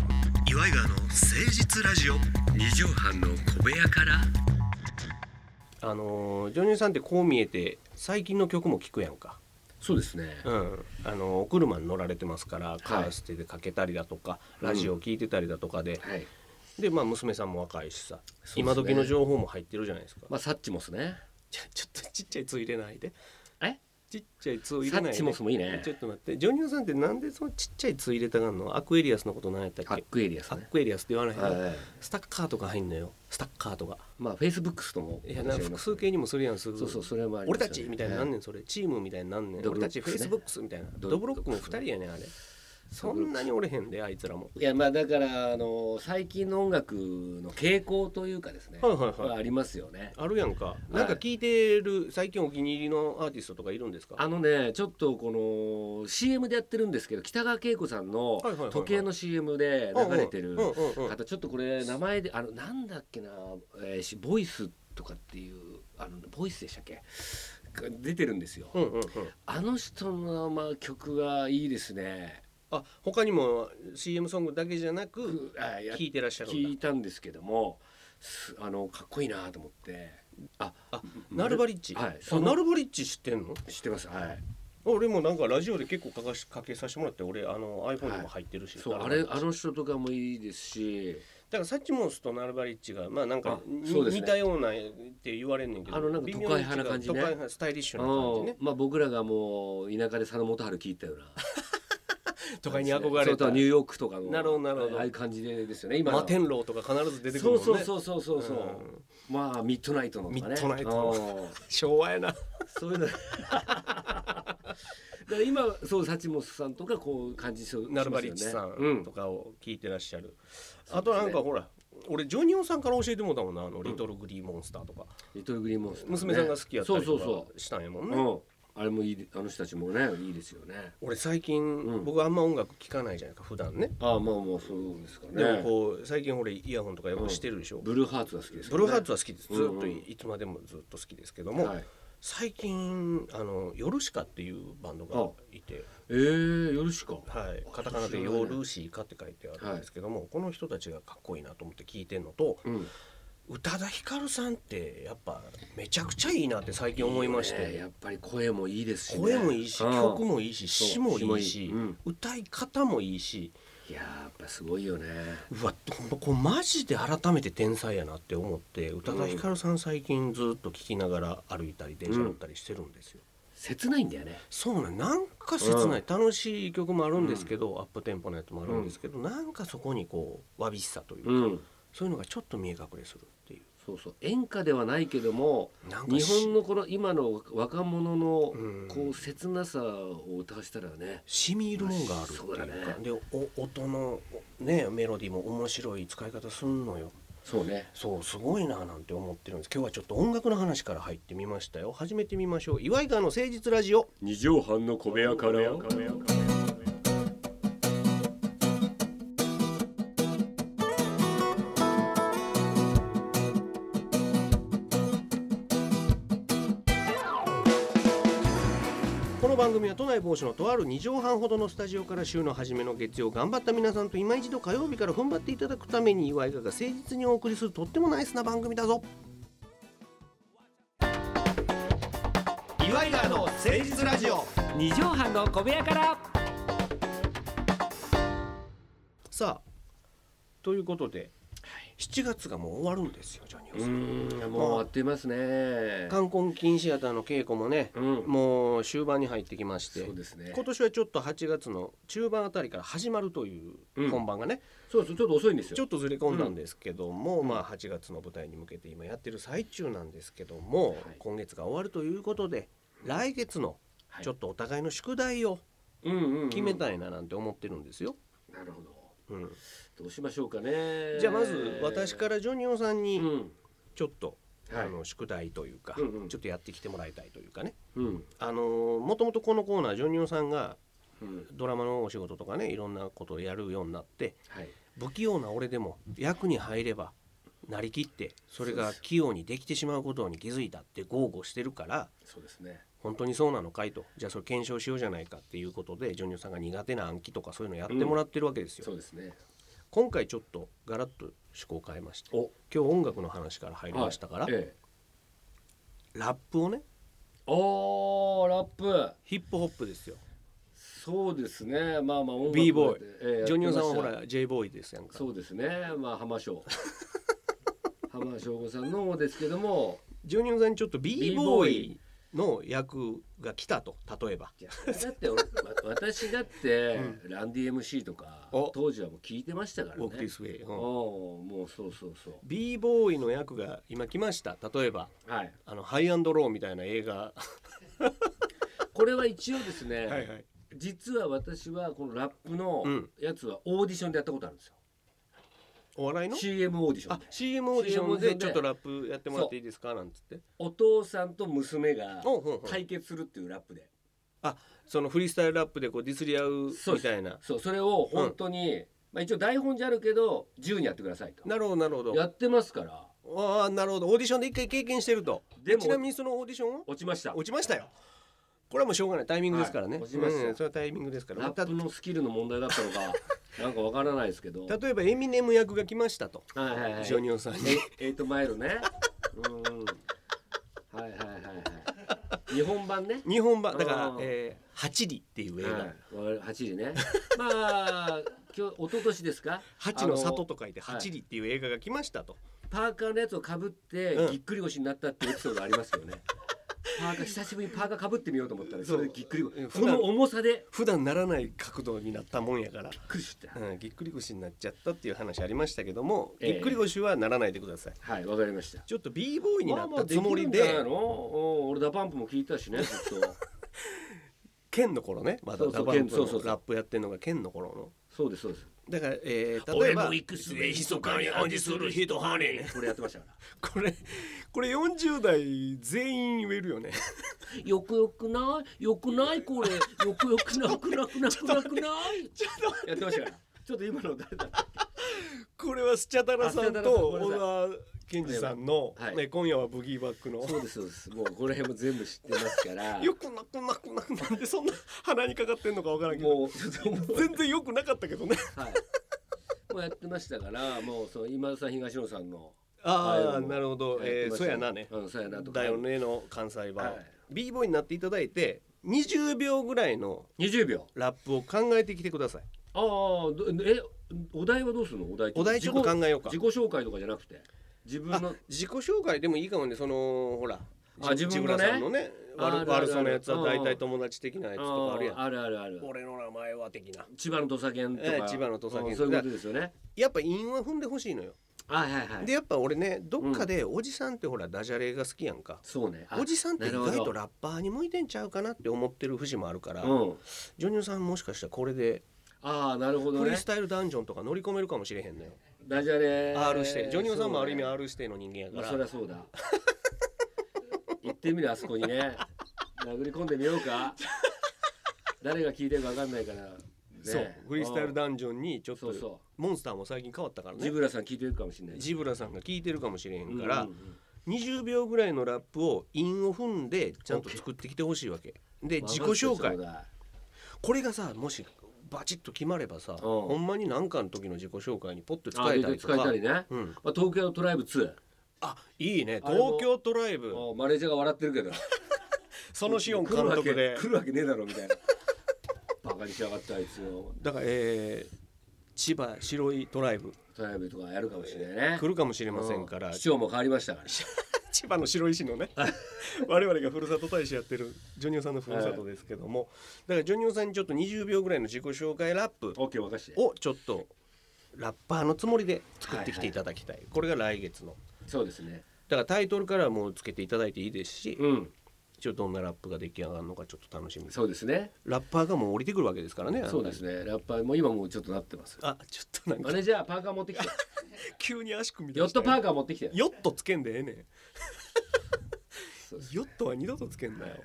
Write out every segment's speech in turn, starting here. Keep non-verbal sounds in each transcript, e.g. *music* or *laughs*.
イガーの誠実ラジオ二畳半の小部屋からあのージョニーさんってこう見えて最近の曲も聴くやんか、そうですね、うん、あのーお車に乗られてますからカーステでかけたりだとか、ラジオ聴いてたりだとかで、はいでまあ娘さんも若いしさ、すね今時の情報も入ってるじゃないですか、まあサッチモスねちょちょっとちっちゃい「つ」入れないでえちっちゃい「つ」入れサないッでチモスもいいねちょっと待ってジョニオさんってなんでそのちっちゃい「つ」入れたがんのアクエリアスのことなんやったっアけックエリアスアねクエリアスって言わないの、はいスタッカーとか入んのよスタッカーとかまあフェイスブックスともいやなんか複数形にもするやんすぐそうそうそれもありま俺すよたねちみたいになんねんそれチームみたいになんねんドブ俺ロたッちフクスねェイスブックスみたいなドドブブロロッッククスも2人やねんあれそんなに俺へんであいつらもいやまあだからあの最近の音楽の傾向というかですね、はいはいはいありますよね。あるやんかなんか聞いてる最近お気に入りのアーティストとかいるんですかあのねちょっとこの CM でやってるんですけど北川景子さんのはいはいはいはい時計の CM で流れてるうんうんうん方ちょっとこれ名前であのなんだっけな、えーしボイスとかっていうあのボイスでしたっけが出てるんですよ。うんうんうんあの人の、まあ、曲がいいですね。あ他にも CM ソングだけじゃなくあや聞いてらっしゃるんだ聞いたんですけどもすあのかっこいいなと思ってああナルバリッチ、はいあナルバリッチ知ってんの知ってますはい俺もなんかラジオで結構かかしかけさせてもらって俺あの iPhone にも入ってるし、そうナあルバリッれチあの人とかもいいですしだからサッチモンスとナルバリッチがまあなんあかにそうですね似たようなって言われんねんけどあのなんか微妙に違う都会派な感じね都会派スタイリッシあュな感じのねまあ僕らがもう田舎で佐野元春聞いたような都会に憧れそうとたニューヨークとかのなるほどなるほどああいう感じでですよね今の摩天楼とか必ず出てくるそもんうねそうそうそうそうそう、うんまあミッドナイトのとかねミッドナイトのうん昭和やなそういうの *laughs* だから今そうサチモスさんとかこう感じそうしナますルバリッよねチさうんんとかを聞いてらっしゃる、うんあとなんかほら俺ジョニオさんから教えてもらったもんなあの「リトルグリーモンスター」とか、リトルグリーンモンスターね娘さんが好きやったりとそうそうそうかしたんやもんねうん、あれもいいあの人たちもねいいですよね俺最近、ん僕あんま音楽聴かないじゃないか普段ねああまあもうそうですかねでもこう最近俺イヤホンとかやっぱしてるでしょ、ブルーハーツが好きですよねブルーハーツは好きですずっうんうとんいいつまでもずっと好きですけども、はい最近あのヨルシカっていうバンドがいて、えー、よろしくはい、カタカナで「ヨルシカ」って書いてあるんですけども、この人たちがかっこいいなと思って聞いてんのとうん宇多田ヒカルさんってやっぱめちゃくちゃいいなって最近思いまして。ねやっぱり声もいいですし、ね、声もいいしうん曲もいいしそう詞もいい詞しもいいうん歌い方もいいしいやーやっぱすごいよねうわほんまこうマジで改めて天才やなって思って宇多田ヒカルさん最近ずっと聴きながら歩いたり電車乗ったりしてるんですよ。切ないんだよねそうなんなんか切ない、楽しい曲もあるんですけど、アップテンポのやつもあるんですけど、なんかそこにこうわびしさというか、うんそういうのがちょっと見え隠れするっていうそうそう演歌ではないけどもなんか日し本のこの今の若者のうんこう切なさを歌わせたらねしみ入るもんがあるっていうかそうだねでお音のおねメロディーも面白い使い方すんのよそうねそうすごいななんて思ってるんです今日はちょっと音楽の話から入ってみましたよ始めてみましょう岩井川の誠実ラジオ二畳半の小部屋からこの番組は都内某所のとある2畳半ほどのスタジオから週の初めの月曜頑張った皆さんと今一度火曜日から踏ん張っていただくために岩井が誠実にお送りするとってもナイスな番組だぞ岩井川の誠実ラジオ二畳半の小部屋からさあということで、7月がもう終わるんですよジョニオうさんーんもう終わってますね冠婚金シアターの稽古もね、うんもう終盤に入ってきましてそうですね今年はちょっと8月の中盤あたりから始まるという本番がね、そうそうちょっと遅いんですよちょっとずれ込んだんですけども、まあ8月の舞台に向けて今やってる最中なんですけども、い今月が終わるということで来月のはいちょっとお互いの宿題をうんうんうん決めたいななんて思ってるんですよ。なるほどうんどうしましょうかねじゃあまず私からジョニオさんうにんちょっと、はいあの宿題というか、うんうんちょっとやってきてもらいたいというかね。うんあのもともとこのコーナージョニオさんがうんドラマのお仕事とかねいろんなことをやるようになってはい不器用な俺でも役に入ればなりきってそれが器用にできてしまうことに気づいたって豪語してるからそうですね本当にそうなのかいとじゃあそれ検証しようじゃないかっていうことでジョニオさんが苦手な暗記とかそういうのやってもらってるわけですよ。そうですね今回ちょっとガラッと趣向を変えましてお今日音楽の話から入りましたから、ええ、ラップをねおーラップヒップホップですよそうですねまあまあ音楽 B ボーイでええジョニオさんはやってほましたら J ボーイですやんかそうですねまあ *laughs* 浜翔浜翔吾さんの方ですけどもジョニオさんにちょっと B ボ B-boy ーイの役が来たと例えばいや *laughs* だって俺わ私だって、ランディ MC とかお当時はもう聞いてましたからウォークデねィスウェイ、うんおもうそうそうそう B ボーイの役が今来ました例えばはいあのハイアンドローみたいな映画これは一応ですねい実は私はこのラップのうんやつはオーディションでやったことあるんですよ、お笑いの CM オーディションあで CM オーディション CM オーディでションでちょっとラップやってもらっていいですかなんつってお父さんと娘がおうほうほう対決するっていうラップでそのフリースタイルラップでこうディスり合うそうみですたいなそうそれを本当に、まあ、一応台本じゃあるけど自由にやってくださいとなるほどなるほどやってますからああなるほどオーディションで一回経験してるとでもちなみにそのオーディションは落ちました落ちましたよこれはもうしょうがないタイミングですからね、はい落ちましたうんそれはタイミングですからラまたップのスキルの問題だったの *laughs* かなんかわからないですけど例えばエミネム役が来ましたと、はいはいはいジョニオさんにえエイトマイルねうんうんはいはいはいはい日本版ね日本版だかあらー「えー、八里」っていう映画、はい、8時ね *laughs* まあ今日一昨年ですか八の里と書いて「あの八里」っていう映画が来ましたと、あのパーカーのやつをかぶってうんぎっくり腰になったっていうエピソードありますよ *laughs* ねパーカー久しぶりにパーカーかぶってみようと思ったらそれでぎっくりうんこの重さで普段ならない角度になったもんやからびっ、くりしたうん、ぎっくり腰になっちゃったっていう話ありましたけども、ええぎっくり腰はならないでくださいはいわかりましたちょっと b ボーイにまなあっまあたでつきもるりんじゃでないのうん俺ダパンプも聞いたしねずっと剣の頃ねまだそうそダうバン剣プそうそうのそうラップやってんのが剣の頃のそうですそうですだから、えー、例えばこれやってましたからこれこれ40代全員言えるよね *laughs* よくよくないよくないこれよくよくなくなくなくなくないやってましたからちょっと今の誰だったこれはスチャダラさんあスチャダラさんとごめ小んなさい田健二さんの、はいね、今夜はブギーバックのそうですそうですもうこの辺も全部知ってますから *laughs* よくなくなくなくなんでそんな鼻にかかってんのかわからんけどもうちょっともう全然良くなかったけどねはいもうやってましたからもうその今田さん東野さんのああはいなるほど、えー、ってましそたやなねうんそうやなとかだよねの関西版、はい b ボーイになっていただいて20秒ぐらいの20秒ラップを考えてきてくださいああどえお題はどうするのお題お題ちょっと考えようか自己自己紹介とかじゃなくて自分あの自己紹介でもいいかもねそのほらあじ自分のジねブラさんのねあ悪るあるあ悪るそうなやつは大体友達的なやつとかあるやんあるあるある俺の名前は的な千葉の土佐犬とか、ええ千葉の土佐犬うんそういうことですよねやっぱ韻は踏んでほしいのよはいはいはいでやっぱ俺ねどっかでおじさんってほらダジャレが好きやんかそうねあおじさんって意外となるラッパーに向いてんちゃうかなって思ってる節もあるからほどうんジョニオさんもしかしたらこれでああなるほどフリーねスタイルダンジョンとか乗り込めるかもしれへんのよダジャレ R してジョニオさんもある意味そうね R しての人間やまあかそりらゃそうだ *laughs* 行ってみるあそこにね殴り込んでみようか誰が聞いてるか分かんないから、ね、そうフリースタイルンダンジョンにちょっそうとそモンスターも最近変わったからうジねブラさん聞いてるかもしれないジブラさんが聞いてるかもしれへんかうらんうんうん20秒ぐらいのラップを韻を踏んでちゃんと作ってきてほしいわけで自己紹介まあまあこれがさもしバチッと決まればさほんまに何かの時の自己紹介にポッと使そうだあえでたりと使えたかりね、うんまあ、東京トライブ2あいいねあれも東京トライブあマネージャーが笑ってるけどそのシオン監督で来るわけ来るわけねえだろみたいなバカにしやがってあいつをだからえー千葉白いトライブトライブとかやるかもしれないね来るかもしれませんからう市長も変わりまし *laughs* たから *laughs* 千葉の白石のね *laughs* 我々がふるさと大使やってるジョニオさんのふるさとですけども、だからジョニオさんにちょっと20秒ぐらいの自己紹介ラップ OK 任してをちょっとラッパーのつもりで作ってきていただきたい、これが来月のそうですねだからタイトルからはもうつけていただいていいですし、うん一応どんなラップが出来上がるのかちょっと楽しみですそうですねラッパーがもう降りてくるわけですからねそうですねラッパーも今もうちょっとなってますあちょっとなんかマネージャーパーカー持って *laughs* きて急に足組み出ヨッしたトよパーカー持ってきてヨットつけんでええねんそうですヨットは二度とつけんなよ、わかり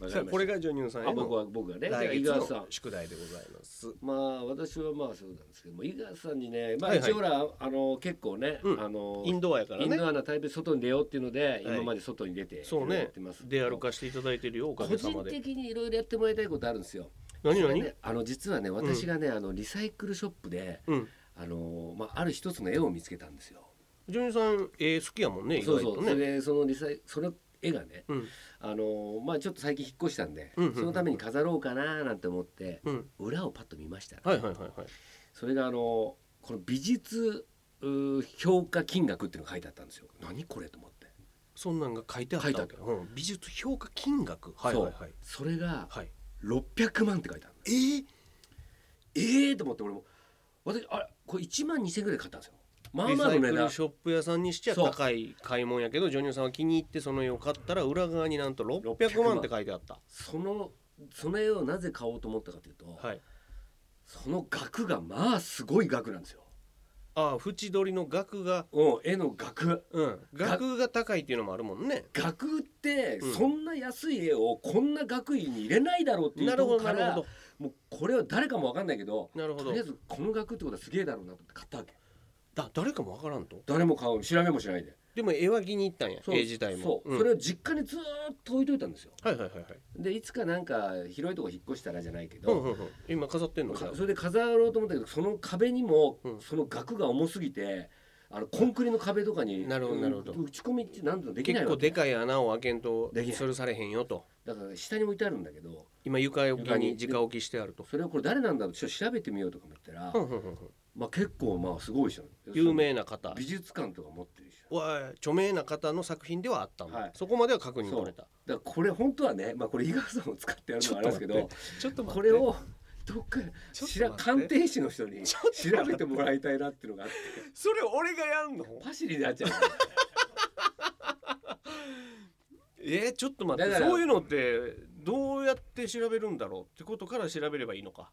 ましたさあこれがジョニオさんあへの僕は僕がねじゃあ来井月川さんの宿題でございますまあ私はまあそうなんですけども井川さんにねまはあいはい一応ほらあの結構ねうんあのインドアやからインねドアなタイプで外に出ようっていうので今まで外に出てそうやねってますで歩かしていただいてるよおか個げさ人まで的にいろいろやってもらいたいことあるんですよ何それ何、ねあの実はね私がねあのリサイクルショップでうんあのまあ、ある一つの絵を見つけたんですよ。ジョニーさん、えー、好きやもんね意そう外そうとそれねでそのリサイその絵がね、うんあのまあ、ちょっと最近引っ越したんで、うんうんうんそのために飾ろうかななんて思って、うん裏をパッと見ましたら、はいはいはいはいそれがあのこの美術うー評価金額っていうのが書いてあったんですよ。何これと思って。そんなんが書いてあったわけ書いてうん、美術評価金額はいはいはいそうそれがはい600万って書いてあるの。えー、ええー、と思って俺も私あれこれ1万2000円ぐらいで買ったんですよ。まあリまあサのイク値段ルショップ屋さんにしてはそう高い買い物やけどジョニオさんは気に入ってその絵を買ったら裏側になんと600 600万万って書いてあったそのその絵をなぜ買おうと思ったかというと、はいその額がまあすごい額なんですよ。ああ縁取りの額がうん、絵の額うん額が高いっていうのもあるもんね額ってうんそんな安い絵をこんな額位に入れないだろうっていうなとるほころどかなるらほもうこれは誰かもわかんないけどどなるほとどりあえずこの額ってことはすげえだろうなと思って買ったわけだ誰かもわからんと誰も買う調べもしないででも絵は気に入ったんやそう絵自体もそう、うんそれを実家にずーっと置いといたんですよはいはいはいはいでいつかなんか広いとこ引っ越したらじゃないけうど、んうんうん今飾ってんのかかそれで飾ろうと思ったけどその壁にもうんその額が重すぎてあのコンクリの壁とかになるほどなるほど打ち込みってなんていうのできな結い構わけでかい穴を開けんとできないそれされへんよとだから下に置いてあるんだけど今床床にに直置きしてあるとそれをこれ誰なんだろうちょっと調べてみようとか思ったら、うんうんうんうんまあ結構まあすごい人なんですよ有名な方美術館とか持ってる人は著名な方の作品ではあったんだ、はいそこまでは確認取れただからこれ本当はねまあこれ井川さんを使ってやるのはあれですけちょっどちょっとこれをどっかちょっと待ってしら鑑定士の人にちょ調っと待ってべてもらいたいなっていうのがあってそれ俺がやんのパシリになっ *laughs* ちゃうからえー、ちょっと待ってだからそういうのってどうやって調べるんだろうってことから調べればいいのか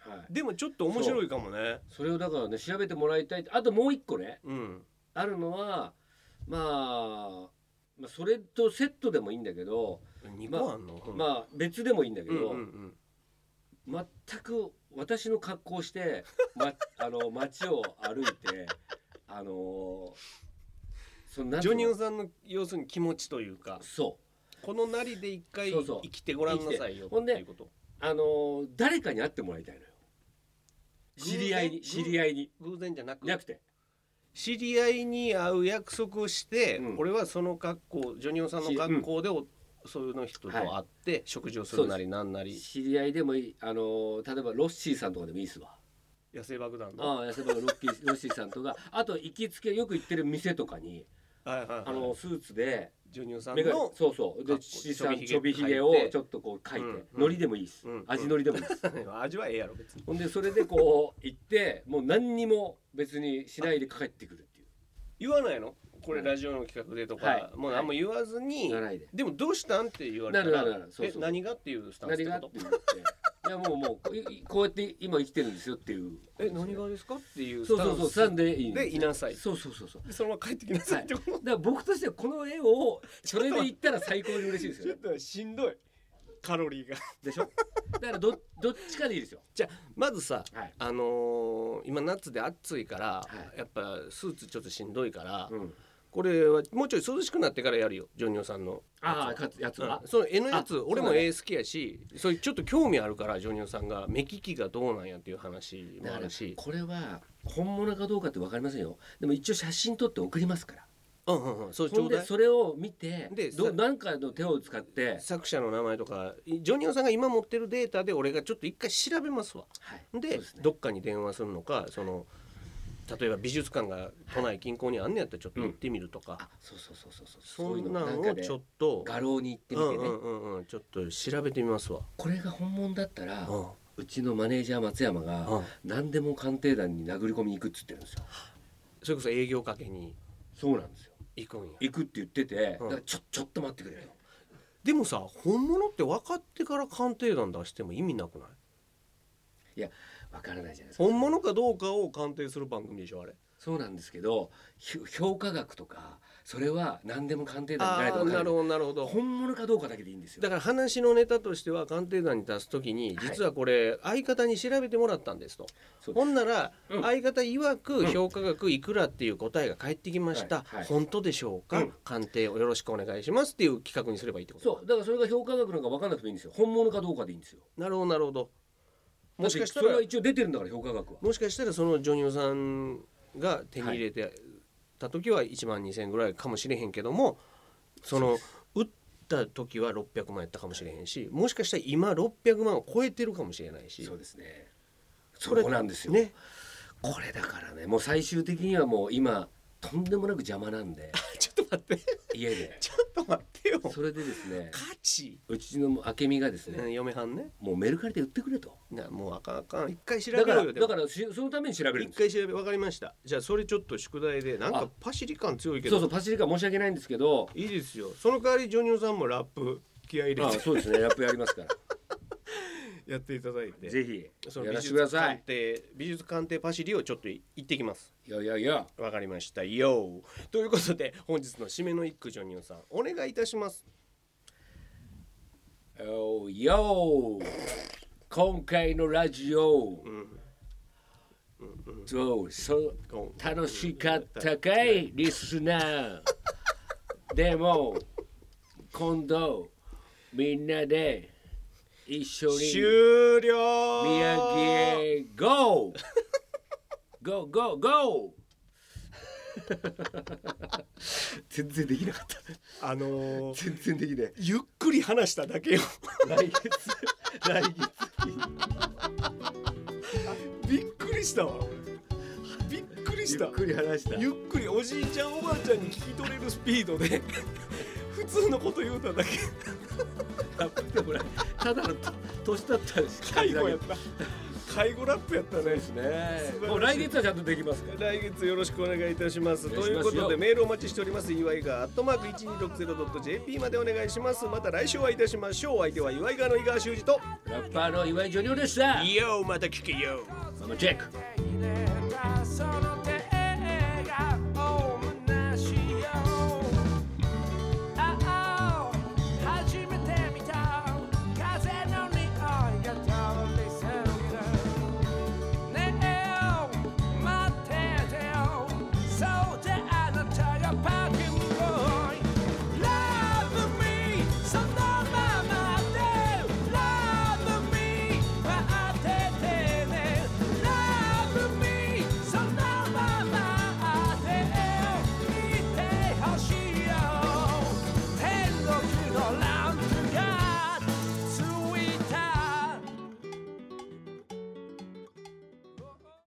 はいでもちょっと面白いかもねそれをだからね調べてもらいたいってあともう一個ねうんあるのはまあまあそれとセットでもいいんだけど、 2個あんの、あ、まあ別でもいいんだけうんど、うんうん、全く私の格好をして、ま、 *laughs* あの街を歩いてあのそのなんてジョいうのニオさんの要するに気持ちというかそうこのなりで一回そうそう生きてごらんなさいよほんでっていうことあの誰かに会ってもらいたいのよ知り合いに偶知然り合いに偶然じゃなくなくて知り合いに会う約束をして、うん俺はその格好ジョニオさんの格好でお、そういうの人と会って、食事をするなりなんなり知り合いでもいいあの例えばロッシーさんとかでもいいっすわ野生爆弾のああ痩せ場のロッキー *laughs* ロッシーさんとかあと行きつけよく行ってる店とかにはいはいはいあのスーツでジョニオさんメガネのそうそうかっでこちさんちちょょびびひひげげをを描いてちょっとこう書いてうんうん海苔でもいいっすうんうん味海苔でもいいっ *laughs* す味はええやろ別にほんでそれでこう行ってもう何にも別にしないで帰ってくるっていう言わないのこれはいラジオの企画でとか、はいもう何も言わずに、言わないででもどうしたんって言われたらなるなるなるそうそうえ何がっていうスタンスって何がっこてと言っていやもうもうこいこうやって今生きてるんですよっていうえ何がですかっていうそスうタンスそうそうさんでいいんでいなさいそうそうそうそうでそのまま帰ってきなさいってこと、だから僕としてはこの絵をそれで行ったら最高に嬉しいですちょ *laughs* よっねとしんどいカロリーがでしょだからどどっちかでいいですよじゃあまずさはいあのー今夏で暑いから、いやっぱスーツちょっとしんどいから、うんこれはもうちょい涼しくなってからやるよジョニオさんのああかつやつはうん、その絵のやつあ俺もそうだね絵好きやしそれちょっと興味あるからジョニオさんが目利きがどうなんやっていう話もあだからるしこれは本物かどうかって分かりませんよでも一応写真撮って送りますからうんうんうんそうちほょんうだでいそれを見てでさどなんかの手を使って作者の名前とかジョニオさんが今持ってるデータで俺がちょっと一回調べますわはいそうでですねどっかに電話するのかその例えば美術館が都内近郊にあんねやったらちょっと行ってみるとか、あそうそうそうそうそうそいうんなのんをでちょっと画廊に行ってうみてんね、うんうんうんちょっと調べてみますわ、これが本物だったら、ううんちのマネージャー松山うがん何でも鑑定団に殴り込みに行くっつってるんですよそれこそ営業かけにそうなんですよ行くんや行くって言ってて、うんだからちょちょっと待ってくれよでもさ本物って分かってから鑑定団出しても意味なくないいや分からないじゃないですか本物かどうかを鑑定する番組でしょあれそうなんですけどひ評価額とかそれは何でも鑑定団じゃないとあー分かならるないほどなるほど本物かどうかだけでいいんですよだから話のネタとしては鑑定団に出す時にはい実はこれ相方に調べてもらったんですと、そうでほすんならうん相方曰く評価額いくらっていう答えが返ってきました、はいはい本当でしょうか、うん鑑定をよろしくお願いしますっていう企画にすればいいってことそうだからそれが評価額なんか分かんなくてもいいんですよ本物かどうかでいいんですよなるほどなるほどもしかしただってそれらが一応出てるんだから評価額はもしかしたらそのジョニオさんが手に入れてた時は1万2,000円ぐらいかもしれへんけどもその打った時は600万やったかもしれへんしもしかしたら今600万を超えてるかもしれないしそうですねそうなんですよ、 *laughs* ねこれだからねもう最終的にはもう今とんでもなく邪魔なん *laughs* でちょっと待って家でちょっと待ってよそれでですね価値うちの明美がですね、嫁はんねもうメルカリで売ってくれとなもうあかんあかん一回調べだかよらうよでだもからしそのために調べる一んです回調べわかりましたじゃあそれちょっと宿題でなんかあパシリ感強いけそうどそうパシリカ申し訳ないんですけどいいですよその代わりジョニオさんもラップ気合い入あれてそうですねラップやりますから *laughs* やっていただいてぜひその美やらせて術くださ鑑い定美術鑑定パシリをちょっと行ってきますいやいやいやわかりましたよーということで本日の締めの一句ジョニオさんお願いいたしますおーよー今回のラジオ、どうそうこう楽しかったかいリスナ *laughs* ーでも今度みんなで一緒に終了宮城へ GO! *laughs* GO! GO! GO! *laughs* 全然できなかったあのー、全然できないゆっくり話しただけよ *laughs* 来月来月びっくりしたわびっくりしたゆっくり話したゆっくりおじいちゃんおばあちゃんに聞き取れるスピードで *laughs* 普通のこと言うただけラップでもないただのと年だったんです介護やった介護ラップやったそうねですね素晴らしいもう来月はちゃんとできますから来月よろしくお願いいたしますお願いとしいまうすよことでメールお待ちしております岩井がアットマーク 1260.jp までお願いしますまた来週お会いいたしましょうお相手は岩井川の井川修司とラッパーの岩井ジョニオでしたいよまた聞けよママチェック Son of